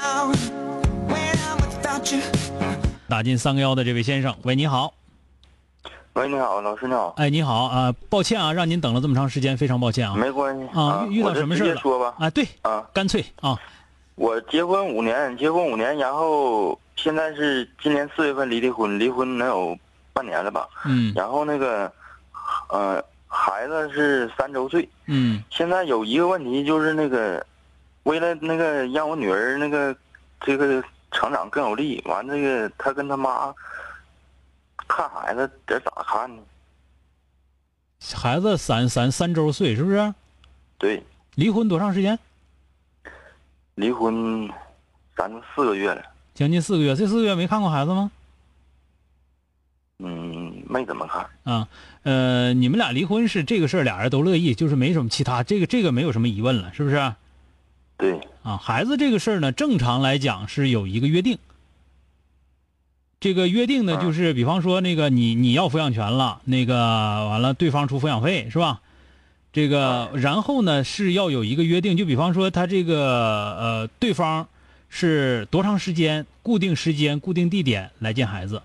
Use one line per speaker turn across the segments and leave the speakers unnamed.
Now, when I'm without you.
打进三个幺的这位先生，喂，你好，
喂，你好，老师你好，
哎，你好啊、抱歉啊，让您等了这么长时间，非常抱歉啊。
没关系
啊，遇遇到什么事
我
儿
就直接
了？
说吧，
啊，对，
啊，
干脆啊，
我结婚五年，结婚五年，然后现在是今年四月份离的婚，离婚能有半年了吧？
嗯
然后那个，呃，孩子是三周岁，
嗯
现在有一个问题就是那个，为了那个让我女儿那个这个成长更有力，完那个她跟她妈看孩子这咋看呢？
孩子三三三周岁，是不是？
对，
离婚多长时间？
离婚咱都四个月了，
将近四个月，这四个月没看过孩子吗？
嗯，没怎么看。
啊，呃，你们俩离婚是这个事儿，俩人都乐意，就是没什么其他，这个这个没有什么疑问了，是不是？啊，
对，
孩子这个事儿呢，正常来讲是有一个约定，这个约定呢，
嗯
就是比方说那个你你要抚养权了，那个完了对方出抚养费是吧？这个然后呢是要有一个约定，就比方说他这个呃对方是多长时间、固定时间、固定地点来见孩子，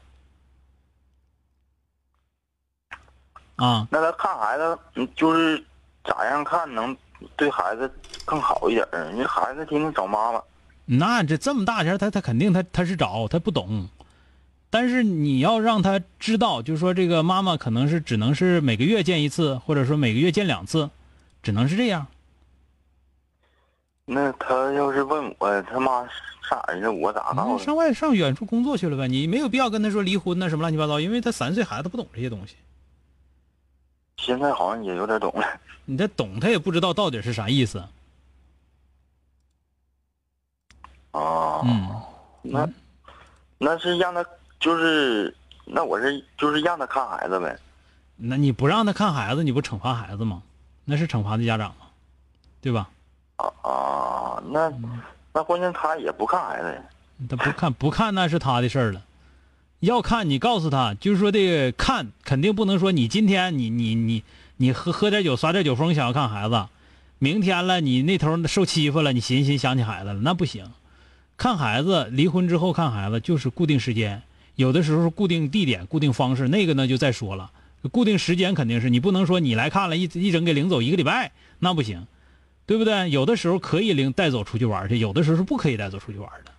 啊，
那他看孩子，嗯，就是咋样看能对孩子更好一点儿？因为孩子天天找妈妈，
那这这么大前儿他他肯定他他是找他不懂，但是你要让他知道，就是说这个妈妈可能是只能是每个月见一次，或者说每个月见两次，只能是这样。
那他要是问我他妈上哪儿去了，啊我咋告
那
诉他？
上外上远处工作去了呗，你没有必要跟他说离婚呐什么乱七八糟，因为他三岁孩子不懂这些东西，
现在好像也有点懂了。
你他懂他也不知道到底是啥意思。
啊，
嗯，
那那是让他就是，那我是就是让他看孩子呗。
那你不让他看孩子，你不惩罚孩子吗？那是惩罚的家长吗？对吧？
啊，那
嗯
那关键他也不看孩子呀。
他不看不看那是他的事儿了，要看你告诉他，就是说这个看肯定不能说你今天你你你你喝喝点酒耍点酒疯想要看孩子，明天了你那头受欺负了你寻思寻思想起孩子了那不行，看孩子离婚之后看孩子就是固定时间，有的时候是固定地点固定方式那个呢就再说了，固定时间肯定是你不能说你来看了一一整给领走一个礼拜那不行，对不对？有的时候可以领带走出去玩去，有的时候是不可以带走出去玩的，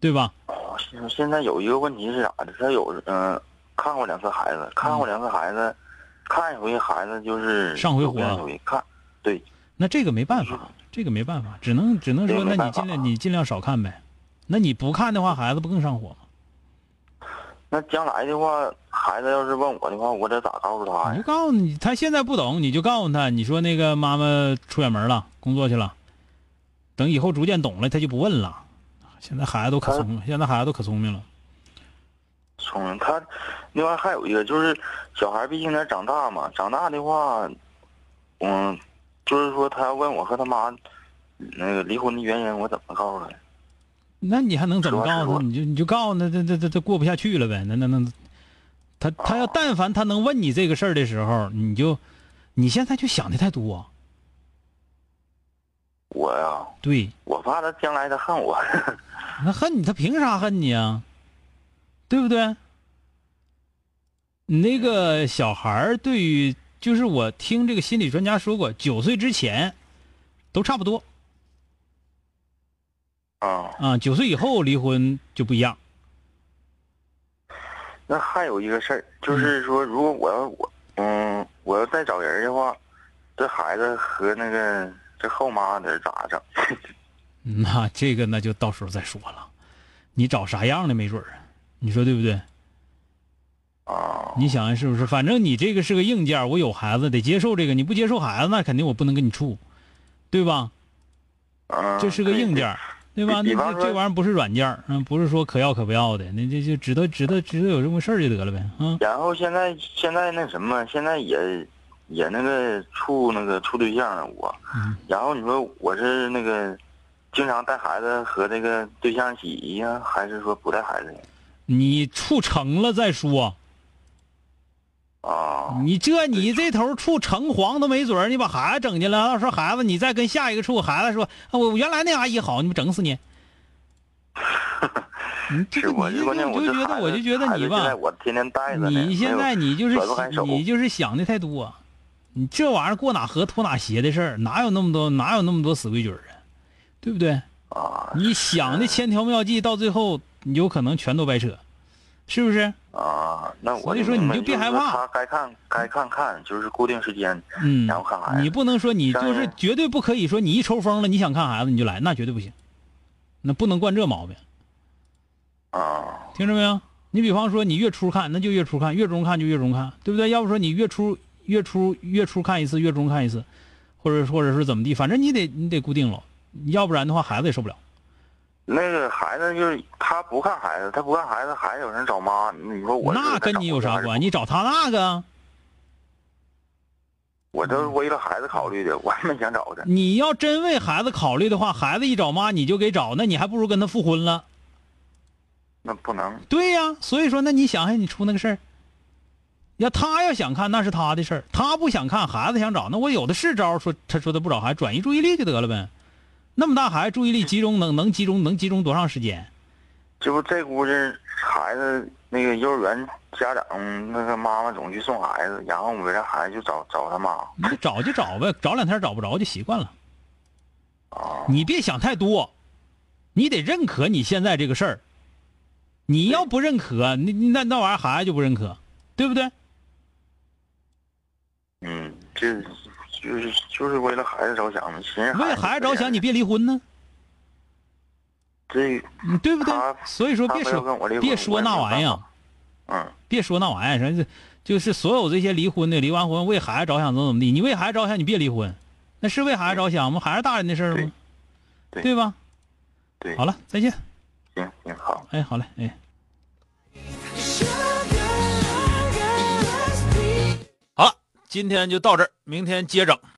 对吧？
啊现现在有一个问题是啥的？他有嗯、看过两次孩子，看过两次孩子，看一回孩子就是
上回火
看一回看，对，
那这个没办法，这个没办法，只能只能说，
嗯这个
那
没
你
办法
尽量你尽量少看呗。那你不看的话，孩子不更上火吗？
那将来的话，孩子要是问我的话，我得咋告诉他
你就
哎呀？
告诉你，他现在不懂，你就告诉他，你说那个妈妈出远门了，工作去了，等以后逐渐懂了，他就不问了。现在孩子
哎
都可聪明，现在孩子都可聪明了。
聪明，他另外还有一个就是，小孩毕竟得长大嘛，长大的话，嗯，就是说他问我和他妈那个离婚的原因，我怎么告诉他呀？
那你还能怎么
是吧
告诉
是
他？
吧
你就你就告诉他，这这这这过不下去了呗。那那那，他他
哦
要但凡他能问你这个事儿的时候，你就你现在就想的太多，
我呀、
对。
我怕他将来他恨我。
那恨你，他凭啥恨你啊？对不对？你那个小孩儿对于，就是我听这个心理专家说过，九岁之前都差不多啊
啊
啊，九岁以后离婚就不一样。
那还有一个事儿，
嗯
就是说，如果我要我嗯，我要再找人的话，这孩子和那个这后妈得咋整？
嗯那这个那就到时候再说了，你找啥样的没准儿啊，你说对不对？
啊，
你想想是不是？反正你这个是个硬件儿，我有孩子得接受这个，你不接受孩子，那肯定我不能跟你处，对吧？
嗯，
这是个硬件儿，对吧？那
比方
这
说
这玩意儿不是软件儿，嗯，不是说可要可不要的，那这就知道知道知道有这么事儿就得了呗，啊。
然后现在现在那什么，现在也也那个处那个处对象了我，
嗯
然后你说我是那个经常带孩子和这个对象一起呀，还是说不带孩子呀？
你处成了再说，
啊，
你这你这头处成黄都没准儿，你把孩子整进来，到时候孩子你再跟下一个处孩子说，啊我原来那阿姨好，你不整 死你？你这
是
个
我
你这
关键
个你就
这
觉
孩
得
子
我就觉得
孩子
你
现在
吧，
我天天带着呢，
你现在你就是
转不开手
你就是想的太多，你这玩意儿过哪河拖哪鞋的事儿，哪有那么多哪有那么多死规矩儿啊，对不对？
啊
你想的千条妙计，到最后你有可能全都白扯，是不是？
啊，那我
所以说
明白
你就别害
是说
怕
他该看该看看，就是固定时间，
嗯
然后看孩，子
你不能说你
当
就是
然
绝对不可以说你一抽风了你想看孩子你就来，那绝对不行，那不能惯这毛病，
啊
听着没有？你比方说你月初看，那就月初看，月中看就月中看，对不对？要不说你月初月初月初看一次，月中看一次，或者或者是怎么地，反正你得你得固定了，要不然的话孩子也受不了。
那个孩子就是他不看孩子，他不看孩子，孩子有人找妈，你说我
那跟你有啥关系？
系？
你找他那个啊，
我都是
嗯
为了孩子考虑的，我还没想找他。
你要真为孩子考虑的话，孩子一找妈你就给找，那你还不如跟他复婚了。
那不能，
对呀、所以说，那你想哎想，你出那个事儿，要他要想看那是他的事儿，他不想看，孩子想找，那我有的是招儿。说他说他不找孩子，转移注意力就得了呗。那么大孩子注意力集中能能集中能集中多长时间？
这不这屋这孩子那个幼儿园家长那个妈妈总去送孩子，然后围着孩子就找找他妈
你找就找呗，找两天找不着就习惯了。
啊。
你别想太多，你得认可你现在这个事儿。你要不认可，那那那玩意儿孩子就不认可，对不对？
嗯，这就是就是为了孩子着想，寻思
为了孩子着想，你别离婚呢，
这
嗯对不对
他？
所以说
他
别
非要
说
跟我离婚
别说那玩意
我也没有办
儿
法。嗯
别说那玩意儿，人家就是所有这些离婚的，离完婚为孩子着想怎么怎么地，你为孩子着想，你别离婚，那是为孩子着想吗？孩子大人的事儿吗？
对对
吧？
对
好了，再见。
行行好。
哎，好嘞，哎。好了，今天就到这儿，明天接整。